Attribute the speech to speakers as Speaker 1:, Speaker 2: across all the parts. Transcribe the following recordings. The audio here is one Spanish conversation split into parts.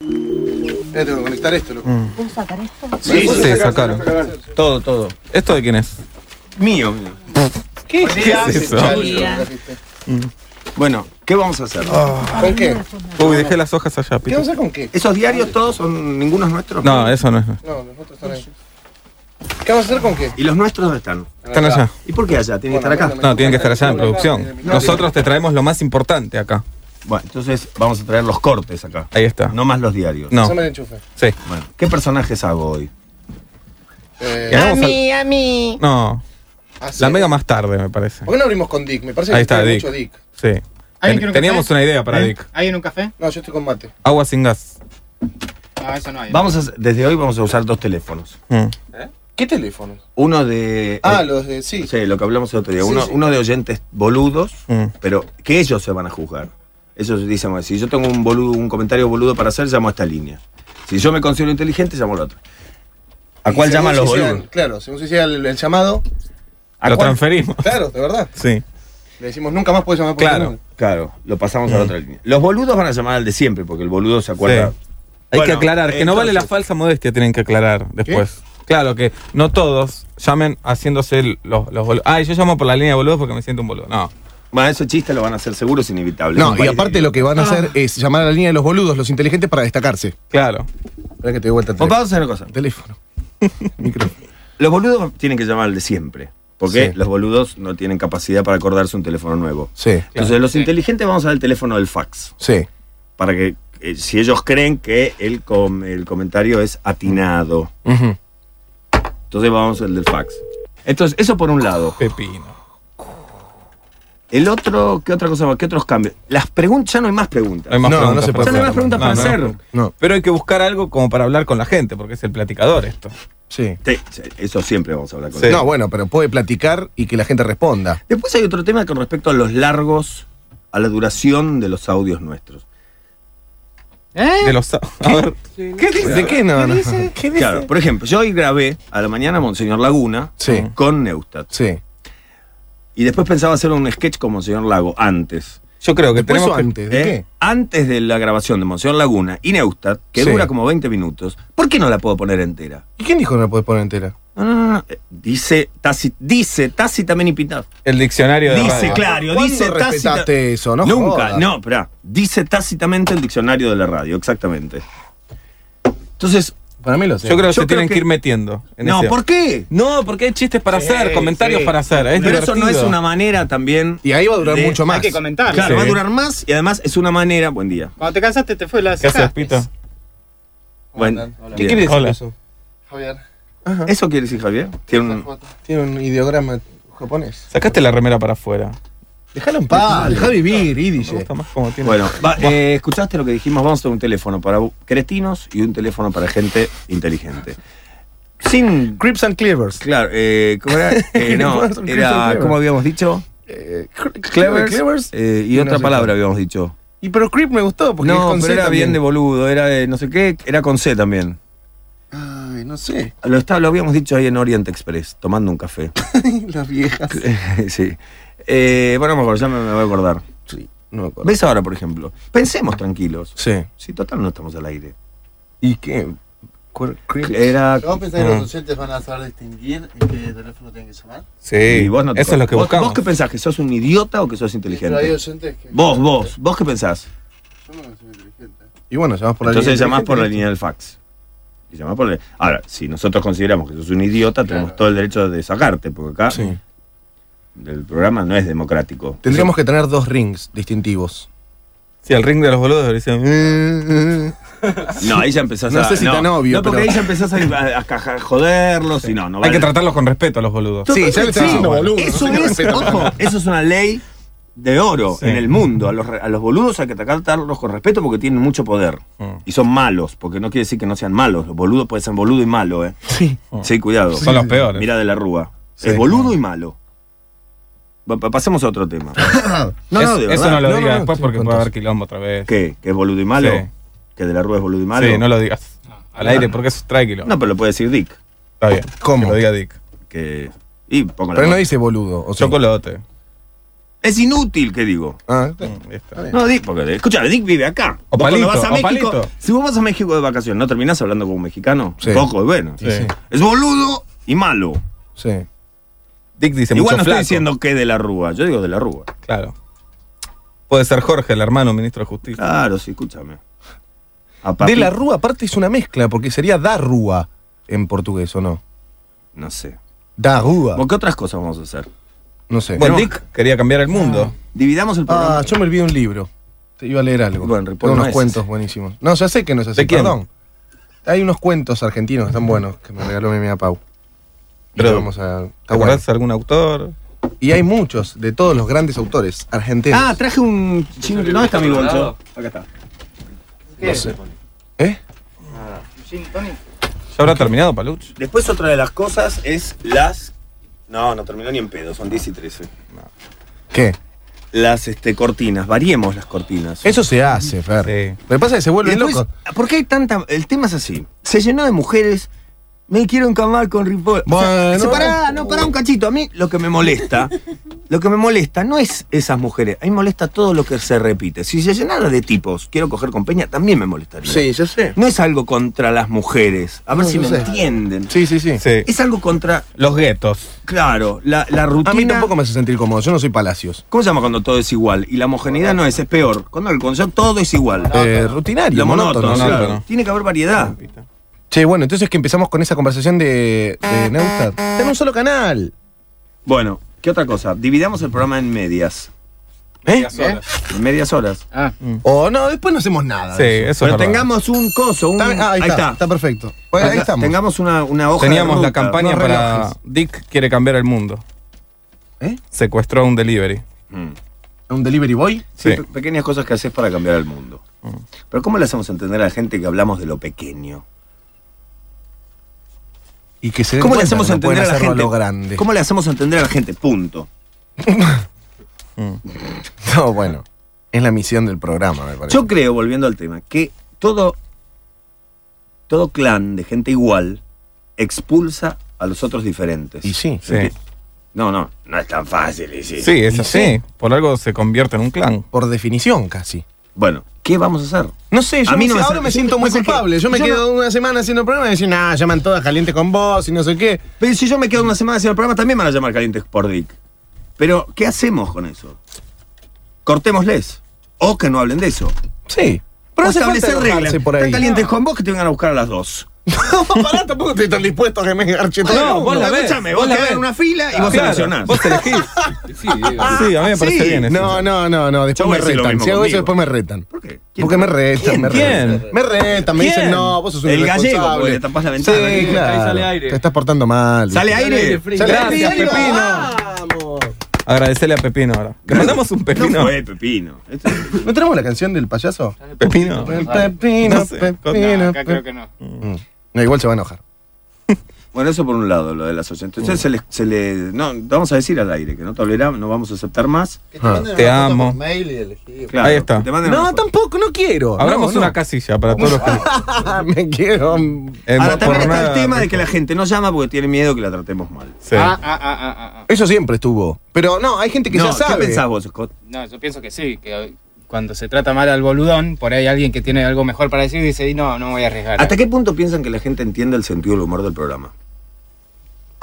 Speaker 1: Mira, Eh, tengo que conectar esto, loco.
Speaker 2: ¿Puedo sacar esto?
Speaker 3: sí,
Speaker 1: Sí, sacar,
Speaker 3: sacaron.
Speaker 1: sacar.
Speaker 3: Todo, todo. ¿Esto de quién es?
Speaker 4: Mío, mío.
Speaker 3: ¿Qué,
Speaker 4: ¿Qué
Speaker 3: qué es
Speaker 4: haces,
Speaker 3: eso?
Speaker 4: Charlie?
Speaker 2: Mira.
Speaker 4: Bueno, ¿qué vamos a hacer?
Speaker 1: Ah. ¿Con qué?
Speaker 3: Uy, dejé las hojas allá,
Speaker 1: ¿Qué
Speaker 3: Pito.
Speaker 1: vamos a hacer con qué?
Speaker 4: ¿Esos diarios todos son ninguno es nuestro?
Speaker 3: No, eso no es.
Speaker 1: No, nosotros están ahí. ¿Qué vamos a hacer con qué?
Speaker 4: ¿Y los nuestros dónde están?
Speaker 3: Están allá.
Speaker 4: ¿Y por qué allá? Tienen que estar
Speaker 1: Bueno,
Speaker 4: acá.
Speaker 1: bueno,
Speaker 3: No, tienen que estar allá en producción. Nosotros te traemos lo más importante acá.
Speaker 4: Bueno, entonces vamos a traer los cortes acá.
Speaker 3: Ahí está.
Speaker 4: No más los diarios.
Speaker 3: No,
Speaker 1: Pásame el enchufe.
Speaker 3: sí.
Speaker 4: Bueno, ¿qué personajes hago hoy?
Speaker 1: Eh,
Speaker 3: Ya.
Speaker 2: A
Speaker 3: Vamos al-
Speaker 2: mí, a mí.
Speaker 3: No,
Speaker 1: hace-
Speaker 3: la mega más tarde, me parece.
Speaker 1: ¿Por qué no abrimos con Dick? Me parece que
Speaker 3: Ahí está,
Speaker 1: tiene
Speaker 3: Dick.
Speaker 1: mucho Dick.
Speaker 3: Sí.
Speaker 5: ¿Alguien quiere un
Speaker 3: Teníamos
Speaker 5: café?
Speaker 3: una idea para Dick.
Speaker 5: ¿Hay en un café?
Speaker 1: No, yo estoy con mate.
Speaker 3: Agua sin gas.
Speaker 5: Ah, eso no hay.
Speaker 4: Vamos a, hacer- desde hoy vamos a usar dos teléfonos.
Speaker 3: Mm.
Speaker 1: ¿Qué teléfono?
Speaker 4: Uno de.
Speaker 1: Ah,
Speaker 4: eh,
Speaker 1: los de. Sí.
Speaker 4: Sí, lo que hablamos el otro día.
Speaker 1: Sí,
Speaker 4: uno,
Speaker 1: sí.
Speaker 4: uno de oyentes boludos,
Speaker 3: Mm.
Speaker 4: pero que ellos se van a juzgar. Ellos dicen, bueno, si yo tengo un, boludo, un comentario boludo para hacer, llamo a esta línea. Si yo me considero inteligente, llamo a la otra. ¿A
Speaker 1: Y
Speaker 4: cuál
Speaker 1: según
Speaker 4: llaman los
Speaker 1: si sea-
Speaker 4: boludos?
Speaker 1: Claro, según se hiciera el, el llamado.
Speaker 4: ¿A
Speaker 3: Lo
Speaker 4: cuál?
Speaker 3: transferimos.
Speaker 1: Claro, de verdad.
Speaker 3: Sí.
Speaker 1: Le decimos nunca más puedes llamar por
Speaker 3: Claro.
Speaker 1: teléfono.
Speaker 4: Claro, lo pasamos
Speaker 1: Mm.
Speaker 4: a la otra línea. Los boludos van a llamar al de siempre, porque el boludo se acuerda.
Speaker 3: Sí. Hay
Speaker 4: Bueno,
Speaker 3: que aclarar, que no vale la
Speaker 4: entonces-
Speaker 3: falsa modestia, tienen que aclarar después. Claro que no todos llamen haciéndose el- los, los boludos. Ay, yo llamo por la línea de boludos porque me siento un boludo. No.
Speaker 4: Bueno, esos chistes lo van a hacer seguro, es inevitable. Es
Speaker 1: No,
Speaker 4: un
Speaker 1: y
Speaker 4: país
Speaker 1: aparte
Speaker 4: de-
Speaker 1: lo que van a hacer es llamar a la línea de los boludos, los inteligentes, para destacarse.
Speaker 3: Claro.
Speaker 1: Espera que te dé vuelta el
Speaker 4: Pues
Speaker 1: teléfono.
Speaker 4: vamos a hacer una cosa.
Speaker 1: Teléfono. Micrófono.
Speaker 4: Los boludos tienen que llamar al de siempre. Porque
Speaker 1: Sí.
Speaker 4: los boludos no tienen capacidad para acordarse un teléfono nuevo.
Speaker 1: Sí,
Speaker 4: Entonces, los inteligentes vamos al teléfono del fax.
Speaker 1: sí.
Speaker 4: Para que, eh, si ellos creen que el, com- el comentario es atinado.
Speaker 1: Ujú.
Speaker 4: Entonces, vamos al del fax. Entonces, eso por un lado.
Speaker 3: Pepino.
Speaker 4: El otro, ¿qué otra cosa? más? ¿Qué otros cambios? Las preguntas, ya no hay más preguntas.
Speaker 3: No hay más
Speaker 1: No, no
Speaker 3: preguntas.
Speaker 1: se
Speaker 3: para
Speaker 4: ya
Speaker 1: puede.
Speaker 4: no hay más
Speaker 3: hacer.
Speaker 4: preguntas
Speaker 3: No,
Speaker 4: para
Speaker 3: no hay más
Speaker 4: hacer.
Speaker 3: preguntas.
Speaker 1: No,
Speaker 3: Pero hay que buscar algo como para hablar con la gente, porque es el platicador esto.
Speaker 1: sí.
Speaker 4: Sí, sí, eso siempre vamos a hablar con
Speaker 3: Sí.
Speaker 4: ellos.
Speaker 1: No, bueno, pero puede platicar y que la gente responda.
Speaker 4: Después hay otro tema con respecto a los largos, a la duración de los audios nuestros. ¿Eh?
Speaker 3: De los, a ver,
Speaker 1: ¿Qué dice? ¿De qué no? no?
Speaker 3: ¿Qué dice?
Speaker 4: Claro, por ejemplo, yo hoy grabé a la mañana a Monseñor Laguna
Speaker 1: Sí.
Speaker 4: con Neustadt.
Speaker 1: Sí.
Speaker 4: Y después pensaba hacer un sketch con Monseñor Lago antes.
Speaker 3: Yo creo que
Speaker 1: Después
Speaker 3: tenemos
Speaker 1: o
Speaker 3: que-
Speaker 1: antes, ¿de
Speaker 4: ¿eh?
Speaker 1: qué?
Speaker 4: Antes de la grabación de Monseñor Laguna y Neustadt, que
Speaker 1: Sí.
Speaker 4: dura como 20 minutos, ¿por qué no la puedo poner entera?
Speaker 1: ¿Y quién dijo que no la podés poner entera?
Speaker 4: No, no, no, no. Eh, Dice Taci, dice Taci también invitado.
Speaker 3: el diccionario de
Speaker 4: Dice,
Speaker 3: radio.
Speaker 4: claro,
Speaker 1: ¿Cuándo
Speaker 4: dice tácita-
Speaker 1: respetaste eso? No
Speaker 4: Nunca,
Speaker 1: jodas.
Speaker 4: no, espera. Dice tácitamente el diccionario de la radio, exactamente. Entonces,
Speaker 1: Para mí lo sé.
Speaker 3: Yo creo que
Speaker 4: Yo
Speaker 3: se
Speaker 4: creo
Speaker 3: tienen que
Speaker 4: que-
Speaker 3: ir metiendo. en
Speaker 4: no,
Speaker 3: ese-
Speaker 4: ¿por qué?
Speaker 3: No, porque hay chistes para
Speaker 5: Sí,
Speaker 3: hacer, comentarios
Speaker 5: sí.
Speaker 3: para hacer. es
Speaker 4: Pero eso no es
Speaker 3: divertido.
Speaker 4: una manera también.
Speaker 1: Y ahí va a durar
Speaker 4: de-
Speaker 1: mucho
Speaker 5: Hay
Speaker 1: más.
Speaker 5: que comentar.
Speaker 4: Claro,
Speaker 3: Sí.
Speaker 4: va a durar más y además es una manera. Buen día.
Speaker 5: Cuando te cansaste te fue la
Speaker 3: ¿Qué haces,
Speaker 5: sacaste.
Speaker 3: Pito?
Speaker 4: Buen-
Speaker 1: Hola.
Speaker 4: Bien.
Speaker 3: quiere decir Hola.
Speaker 1: eso? Javier.
Speaker 4: ¿Eso quiere decir Javier? Tiene un-
Speaker 1: Tiene un ideograma japonés.
Speaker 3: Sacaste la remera para afuera.
Speaker 1: Déjalo en paz. Deja vivir,
Speaker 3: Me
Speaker 1: eh. Idice.
Speaker 3: gusta más cómo tiene.
Speaker 4: Bueno, va, eh, escuchaste lo que dijimos. Vamos a tener un teléfono para cretinos y un teléfono para gente inteligente. Sin.
Speaker 1: Crips and Cleavers.
Speaker 4: Claro, eh, ¿cómo era? Eh, no,
Speaker 1: Son
Speaker 4: era.
Speaker 1: Clever.
Speaker 4: ¿Cómo habíamos dicho?
Speaker 1: Eh, cr-
Speaker 4: Clevers.
Speaker 1: Clevers.
Speaker 4: eh, y
Speaker 1: Y no
Speaker 4: otra
Speaker 1: sé
Speaker 4: palabra habíamos dicho.
Speaker 1: Y pero Crip me gustó porque es
Speaker 4: no,
Speaker 1: con
Speaker 4: pero
Speaker 1: C
Speaker 4: era bien
Speaker 1: también.
Speaker 4: de boludo, era de no sé qué, era con C también.
Speaker 1: Ay, no sé.
Speaker 4: Lo, está, lo habíamos dicho ahí en Orient Express, tomando un café.
Speaker 1: Las viejas.
Speaker 4: sí. Eh, bueno, mejor, ya me, me voy a acordar.
Speaker 1: Sí, no me acuerdo.
Speaker 4: ¿Ves ahora, por ejemplo? Pensemos tranquilos.
Speaker 1: Sí.
Speaker 4: Si total no estamos al aire.
Speaker 1: ¿Y qué? Cr- Crips.
Speaker 4: Era.
Speaker 6: ¿Vos pensás que
Speaker 3: Ah.
Speaker 6: los docentes van a saber distinguir en qué teléfono tienen que llamar?
Speaker 3: sí,
Speaker 4: y vos no te
Speaker 3: eso es lo
Speaker 4: acordás.
Speaker 3: que
Speaker 4: ¿Vos-
Speaker 3: buscamos.
Speaker 4: ¿Vos qué pensás? ¿Que sos un idiota o que
Speaker 6: Pero
Speaker 4: sos
Speaker 6: hay
Speaker 4: inteligente?
Speaker 6: docentes que...
Speaker 4: Vos, vos, vos qué pensás.
Speaker 6: Yo no soy inteligente.
Speaker 1: Y bueno, llamás por la
Speaker 4: Entonces
Speaker 1: línea
Speaker 4: llamás por la
Speaker 1: inteligente.
Speaker 4: línea del fax. Y llamás por la- Ahora, si nosotros consideramos que sos un idiota, tenemos
Speaker 6: Claro.
Speaker 4: todo el derecho de sacarte, porque acá
Speaker 1: Sí.
Speaker 4: el programa no es democrático.
Speaker 1: Tendríamos que tener dos rings distintivos.
Speaker 3: Si el ring de los boludos dicen. "Eh,
Speaker 4: No, ahí ya empezás
Speaker 1: No
Speaker 4: a.
Speaker 1: sé si tan obvio,
Speaker 4: No, porque
Speaker 1: pero-
Speaker 4: ahí ya empezás a, a- a caja- joderlos y no, no
Speaker 3: Hay que
Speaker 4: vale.
Speaker 3: tratarlos con respeto a los boludos.
Speaker 1: Sí, ya le estás haciendo
Speaker 4: bueno,
Speaker 1: boludo.
Speaker 4: Eso,
Speaker 1: no sé qué
Speaker 4: es,
Speaker 1: respeto.
Speaker 4: ojo, eso es una ley de oro
Speaker 3: Sí.
Speaker 4: en el mundo. A los, re- a los boludos hay que tratarlos con respeto porque tienen mucho poder.
Speaker 3: Mm.
Speaker 4: Y son malos, porque no quiere decir que no sean malos. Los boludos pueden ser boludo y malo, ¿eh?
Speaker 1: Sí.
Speaker 4: Sí, cuidado.
Speaker 3: Mm. Son los peores.
Speaker 4: Mira de la rúa.
Speaker 1: Sí.
Speaker 4: Es boludo y malo. Va- pa- pasemos a otro tema. No,
Speaker 3: Es-
Speaker 4: no, de
Speaker 3: eso
Speaker 4: verdad.
Speaker 3: no lo
Speaker 1: No, no,
Speaker 3: digas
Speaker 1: no,
Speaker 3: después
Speaker 1: sí,
Speaker 3: porque puede
Speaker 1: contás.
Speaker 3: haber quilombo otra vez.
Speaker 4: ¿Qué? ¿Que es boludo y malo?
Speaker 3: Sí.
Speaker 4: ¿Que de la rúa es boludo y malo? Ah,
Speaker 3: Sí, no lo digas. Al aire, porque eso trae quilombo.
Speaker 4: No, pero lo puede decir Dick.
Speaker 3: Está bien.
Speaker 1: ¿Cómo?
Speaker 3: Que lo diga Dick.
Speaker 4: Que... Y pongo la
Speaker 1: Pero él no
Speaker 4: mano.
Speaker 1: dice boludo. O sea,
Speaker 3: Chocolote.
Speaker 4: Es inútil que digo.
Speaker 1: Ah,
Speaker 3: Ahí Mm, está.
Speaker 4: No, Dick, porque escúchame, Dick vive acá.
Speaker 3: O
Speaker 4: Vos cuando
Speaker 3: palito,
Speaker 4: vas a
Speaker 3: o
Speaker 4: México,
Speaker 3: palito.
Speaker 4: si vos vas a México de vacaciones, ¿no terminás hablando con un mexicano?
Speaker 1: Sí.
Speaker 4: Un poco, y bueno.
Speaker 3: Sí, sí.
Speaker 4: Es boludo y malo.
Speaker 1: sí.
Speaker 3: Dick dice mucho
Speaker 4: Igual no
Speaker 3: flaco.
Speaker 4: estoy diciendo que de la Rúa, yo digo de la Rúa.
Speaker 3: Claro. Puede ser Jorge, el hermano ministro de Justicia.
Speaker 4: Claro, sí, escúchame. A papi-
Speaker 1: De la Rúa, aparte, es una mezcla, porque sería da Rúa en portugués, ¿o no?
Speaker 4: No sé.
Speaker 1: Da Rúa.
Speaker 4: ¿Por qué otras cosas vamos a hacer?
Speaker 1: No sé.
Speaker 3: Bueno, Dick quería cambiar el
Speaker 4: Ah,
Speaker 3: mundo.
Speaker 4: Dividamos el programa.
Speaker 1: Ah, yo me olvidé un libro. Te iba a leer algo.
Speaker 4: Bueno,
Speaker 1: Tengo
Speaker 4: Ripoll no
Speaker 1: unos
Speaker 4: es
Speaker 1: cuentos
Speaker 4: ese.
Speaker 1: buenísimos. No, ya sé que no es así,
Speaker 3: ¿De quién?
Speaker 1: perdón. Hay unos cuentos argentinos que están buenos que me regaló mi amiga Pau. Y
Speaker 3: Pero,
Speaker 1: lo vamos a.
Speaker 3: ¿Te
Speaker 1: Está bueno.
Speaker 3: acordás de algún autor?
Speaker 1: Y hay muchos de todos los grandes autores argentinos.
Speaker 4: Ah, traje un chino. ¿Dónde está mi bolso? Acá está.
Speaker 5: ¿Qué es?
Speaker 1: ¿Eh?
Speaker 5: Gin tonic.
Speaker 3: ¿Ya habrá terminado, Paluch?
Speaker 4: Después otra de las cosas es las. No, no terminó ni en pedo, son 10 y 13.
Speaker 1: ¿Qué?
Speaker 4: Las este, cortinas, variemos las cortinas.
Speaker 1: Eso se hace, Fer.
Speaker 3: Sí.
Speaker 1: Lo que pasa es que se
Speaker 4: Y
Speaker 1: vuelve
Speaker 4: después,
Speaker 1: loco.
Speaker 4: ¿Por qué hay tanta.? El tema es así. Se llenó de mujeres. Me quiero encamar con Ripoll.
Speaker 1: Bueno.
Speaker 4: pará, no, pará un cachito. A mí lo que me molesta. lo que me molesta no es esas mujeres. A mí me molesta todo lo que se repite. Si se llenara de tipos, quiero coger con Peña, también me molestaría.
Speaker 1: yo sé.
Speaker 4: No es algo contra las mujeres. A ver
Speaker 1: No,
Speaker 4: si
Speaker 1: yo
Speaker 4: me
Speaker 1: sé.
Speaker 4: entienden.
Speaker 1: Sí, sí, sí.
Speaker 3: Sí.
Speaker 4: Es algo contra,
Speaker 3: Los guetos.
Speaker 4: claro, la, la
Speaker 1: A
Speaker 4: rutina.
Speaker 1: mí tampoco me hace sentir cómodo. Yo no soy Palacios.
Speaker 4: ¿Cómo se llama cuando todo es igual? Y la homogeneidad no es, es peor. Cuando el concepto todo es igual.
Speaker 1: Eh, rutinario,
Speaker 4: Lo
Speaker 1: monótono.
Speaker 4: monótono,
Speaker 1: sí.
Speaker 4: claro.
Speaker 3: monótono.
Speaker 4: Tiene que haber variedad.
Speaker 1: Che, bueno, entonces que empezamos con esa conversación de, de Neustad. Está en un solo canal.
Speaker 4: Bueno, ¿qué otra cosa? Dividamos el programa en medias.
Speaker 1: ¿Eh?
Speaker 5: ¿Eh?
Speaker 4: En medias horas.
Speaker 5: Ah,
Speaker 1: O no, después no hacemos nada.
Speaker 3: Sí, eso
Speaker 4: Pero
Speaker 3: es verdad.
Speaker 4: tengamos un coso, un-
Speaker 1: Está- ah, ahí, está, está, perfecto. Bueno, ahí
Speaker 4: Tenga-
Speaker 1: estamos.
Speaker 4: Tengamos una, una hoja. de
Speaker 3: Teníamos la
Speaker 4: ruta.
Speaker 3: campaña
Speaker 1: no
Speaker 3: para
Speaker 1: relojes.
Speaker 3: Dick quiere cambiar el mundo.
Speaker 1: ¿Eh?
Speaker 3: Secuestró a un delivery.
Speaker 4: Mm.
Speaker 1: ¿Un delivery boy?
Speaker 4: Sí,
Speaker 3: Sí.
Speaker 4: pe- pequeñas cosas que haces para cambiar el mundo.
Speaker 1: Mm.
Speaker 4: Pero ¿cómo le hacemos entender a la gente que hablamos de lo pequeño?
Speaker 1: Y que se den
Speaker 4: ¿Cómo le
Speaker 1: cuenta
Speaker 4: hacemos
Speaker 1: que no
Speaker 4: entender
Speaker 1: pueden
Speaker 4: a la
Speaker 1: hacerlo
Speaker 4: gente?
Speaker 1: lo grande.
Speaker 4: ¿Cómo le hacemos entender a la gente? Punto.
Speaker 1: No, bueno. Es la misión del programa, me parece.
Speaker 4: Yo creo, volviendo al tema, que todo, todo clan de gente igual expulsa a los otros diferentes.
Speaker 1: Y sí.
Speaker 3: Sí.
Speaker 4: No, no, no es tan fácil. y sí.
Speaker 3: Sí, es
Speaker 1: Y
Speaker 3: así. Por algo se convierte en un clan.
Speaker 1: Por definición, casi.
Speaker 4: Bueno, ¿qué vamos a hacer?
Speaker 1: No sé, yo
Speaker 4: A mí
Speaker 1: me-
Speaker 4: no me
Speaker 1: ahora
Speaker 4: hace-
Speaker 1: me
Speaker 4: yo-
Speaker 1: siento muy
Speaker 4: pasa que
Speaker 1: culpable. Yo me
Speaker 4: yo
Speaker 1: quedo una semana haciendo el programa y decir, nah, llaman todas caliente con vos y no sé qué.
Speaker 4: Pero si yo me quedo una semana haciendo el programa, también me van a llamar calientes por Dick. Pero, ¿qué hacemos con eso? Cortémosles. O que no hablen de eso.
Speaker 1: Sí.
Speaker 4: Pero
Speaker 1: no hace falta
Speaker 4: establecer
Speaker 1: enojarse
Speaker 4: reglas.
Speaker 1: por ahí.
Speaker 4: Están calientes con vos que te vengan a buscar a las dos.
Speaker 1: No, pará, tampoco estoy tan dispuesto a que me engarche todo. el
Speaker 3: No,
Speaker 1: mundo.
Speaker 3: vos la ves,
Speaker 4: Escúchame,
Speaker 3: vos
Speaker 4: vos
Speaker 3: la
Speaker 4: te
Speaker 3: ves.
Speaker 4: en una fila y vos
Speaker 3: Claro,
Speaker 4: seleccionás.
Speaker 3: Vos elegís.
Speaker 2: Sí, digo.
Speaker 3: Sí, a mí me parece
Speaker 4: Sí.
Speaker 3: bien eso.
Speaker 1: No, no, no, no. Después
Speaker 4: Yo voy
Speaker 1: me
Speaker 4: a decir lo
Speaker 1: retan.
Speaker 4: mismo
Speaker 1: Si hago eso,
Speaker 4: conmigo.
Speaker 1: después me retan.
Speaker 4: ¿Por qué? ¿Quién
Speaker 1: Porque
Speaker 4: te-
Speaker 1: me retan,
Speaker 4: ¿Quién?
Speaker 1: me retan.
Speaker 3: ¿Quién?
Speaker 1: Me retan, me dicen,
Speaker 3: ¿Quién?
Speaker 1: no, vos sos un
Speaker 4: El gallego,
Speaker 1: irresponsable.
Speaker 4: porque le tapás la ventana.
Speaker 1: Sí,
Speaker 4: Ahí
Speaker 1: claro.
Speaker 2: sale aire.
Speaker 1: Te estás portando mal.
Speaker 4: ¿Sale
Speaker 1: ¿viste?
Speaker 4: aire?
Speaker 1: Sale
Speaker 3: Gracias,
Speaker 1: aire,
Speaker 3: Pepino.
Speaker 1: vamos.
Speaker 3: Agradecele a Pepino ahora. Le mandamos un
Speaker 4: No
Speaker 3: pepino.
Speaker 4: fue Pepino. Este-
Speaker 1: ¿No tenemos la canción del payaso?
Speaker 3: pepino.
Speaker 1: El pepino,
Speaker 3: No sé, con-
Speaker 1: pepino,
Speaker 5: no, acá creo
Speaker 1: pe-
Speaker 5: que no.
Speaker 1: Mm. No, igual se va a enojar.
Speaker 4: Bueno, eso por un lado, lo de las oyentes. Entonces se le, se le- No, vamos a decir al aire que no toleramos, no vamos a aceptar más.
Speaker 6: Que te manden
Speaker 3: Te
Speaker 6: una foto
Speaker 3: amo.
Speaker 6: por mail y elegí.
Speaker 4: Claro,
Speaker 3: Ahí está.
Speaker 4: que te manden una
Speaker 1: No,
Speaker 4: foto.
Speaker 1: tampoco, no quiero.
Speaker 3: Abramos
Speaker 1: No,
Speaker 3: una
Speaker 1: no.
Speaker 3: casilla para todos los que.
Speaker 1: Me quiero.
Speaker 3: Eh,
Speaker 4: Ahora
Speaker 3: por
Speaker 4: también está
Speaker 3: nada,
Speaker 4: el tema de
Speaker 3: Rico.
Speaker 4: que la gente no llama porque tiene miedo que la tratemos mal.
Speaker 3: Sí.
Speaker 5: Ah, ah, ah, ah, ah, ah.
Speaker 1: Eso siempre estuvo. Pero no, hay gente que
Speaker 4: No,
Speaker 1: ya sabe.
Speaker 4: ¿Qué pensás vos, Scott?
Speaker 5: No, yo pienso que sí, que cuando se trata mal al boludón, por ahí alguien que tiene algo mejor para decir dice, "Y no, no me voy a arriesgar.
Speaker 4: ¿Hasta qué punto piensan que la gente entiende el sentido del humor del programa?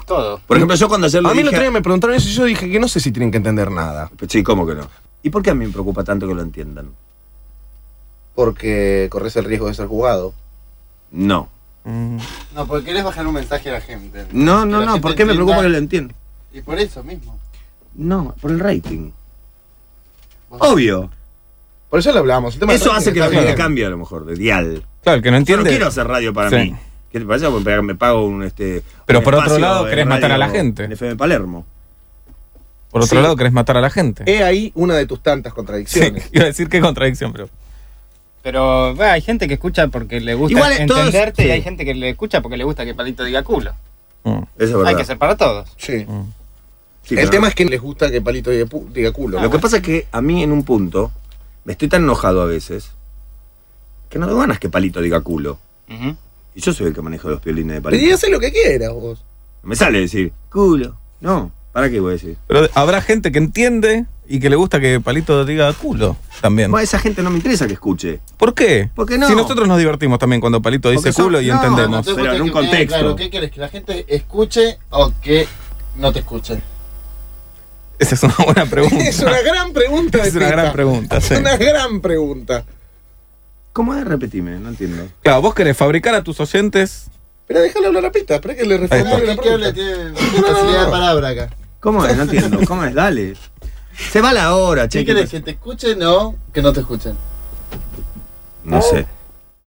Speaker 5: todo.
Speaker 4: Por ejemplo, yo cuando ayer le
Speaker 1: A mí el
Speaker 4: dije
Speaker 1: otro día me preguntaron eso y yo dije que no sé si tienen que entender nada.
Speaker 4: Pues Sí, ¿cómo que no? ¿Y por qué a mí me preocupa tanto que lo entiendan?
Speaker 1: Porque corres el riesgo de ser jugado.
Speaker 4: No.
Speaker 3: Mm.
Speaker 6: No, porque querés bajar un mensaje a la gente.
Speaker 4: No,
Speaker 6: Que
Speaker 4: no,
Speaker 6: la
Speaker 4: no.
Speaker 6: gente
Speaker 4: ¿Por qué me preocupa que lo
Speaker 6: entienda.
Speaker 4: entiendan?
Speaker 6: Y por eso mismo.
Speaker 4: No, por el rating. Obvio.
Speaker 1: Por eso lo hablamos. El tema
Speaker 4: Eso
Speaker 1: del
Speaker 4: hace que
Speaker 1: rating
Speaker 4: la
Speaker 1: está
Speaker 4: gente
Speaker 1: bien.
Speaker 4: cambie a lo mejor, de dial.
Speaker 3: Claro, el que no
Speaker 4: Yo no
Speaker 3: entiende.
Speaker 4: quiero hacer radio para
Speaker 3: Sí.
Speaker 4: mí. ¿Qué te parece? Porque me pago un este.
Speaker 3: Pero
Speaker 4: un
Speaker 3: por otro
Speaker 4: espacio
Speaker 3: lado
Speaker 4: de
Speaker 3: querés matar a la
Speaker 4: radio
Speaker 3: gente.
Speaker 4: en FM Palermo.
Speaker 3: Por otro
Speaker 1: Sí.
Speaker 3: lado, querés matar a la gente.
Speaker 1: He ahí una de tus tantas
Speaker 3: Sí,
Speaker 1: contradicciones.
Speaker 3: iba a decir qué contradicción, pero.
Speaker 5: Pero bueno, hay gente que escucha porque le gusta
Speaker 4: Igual, eh, todos-
Speaker 5: entenderte y
Speaker 4: sí.
Speaker 5: hay gente que le escucha porque le gusta que Palito diga culo.
Speaker 3: Mm.
Speaker 4: Eso es
Speaker 5: Hay
Speaker 4: verdad.
Speaker 5: que ser para todos.
Speaker 1: Sí.
Speaker 4: Sí,
Speaker 1: el
Speaker 4: pero-
Speaker 1: tema es que les gusta que Palito diga, pu- diga culo.
Speaker 4: Lo que pasa es que a mí en un punto me estoy tan enojado a veces que no tengo ganas que Palito diga culo.
Speaker 5: Ujú.
Speaker 4: Y yo soy el que manejo los piolines de
Speaker 1: Pero
Speaker 4: Palito.
Speaker 1: hace lo que quieras vos.
Speaker 4: No Me sale decir culo. No, ¿para qué voy a decir?
Speaker 3: Pero habrá gente que entiende y y que le gusta que Palito diga culo también.
Speaker 4: Bueno, esa gente no me interesa que escuche.
Speaker 3: ¿Por qué?
Speaker 4: Porque no.
Speaker 3: Si nosotros nos divertimos también cuando Palito dice
Speaker 4: Porque son-
Speaker 3: culo y
Speaker 4: no,
Speaker 3: entendemos.
Speaker 5: Entonces,
Speaker 4: pero en
Speaker 5: vos tenés
Speaker 4: un
Speaker 5: que
Speaker 4: contexto.
Speaker 5: tener Claro, ¿qué quieres? ¿Que la gente escuche o que no te escuche?
Speaker 3: Esa es una buena pregunta.
Speaker 6: Es una gran pregunta. de
Speaker 3: Es una gran
Speaker 6: Teta.
Speaker 3: pregunta,
Speaker 6: Es
Speaker 3: sí.
Speaker 6: una gran pregunta.
Speaker 4: ¿Cómo es? Repetime, no entiendo.
Speaker 3: Claro, vos querés fabricar a tus oyentes.
Speaker 6: Pero déjalo hablar a Pita, espera que le
Speaker 3: Ahí está.
Speaker 6: responda la
Speaker 5: ¿Qué hable?
Speaker 6: pregunta.
Speaker 5: Tiene facilidad de palabra acá.
Speaker 4: ¿Cómo es? No entiendo. ¿Cómo es? Dale. Se va la hora, che.
Speaker 5: ¿Qué
Speaker 4: que
Speaker 5: querés? ¿Que te escuchen o que no te escuchen?
Speaker 4: No sé.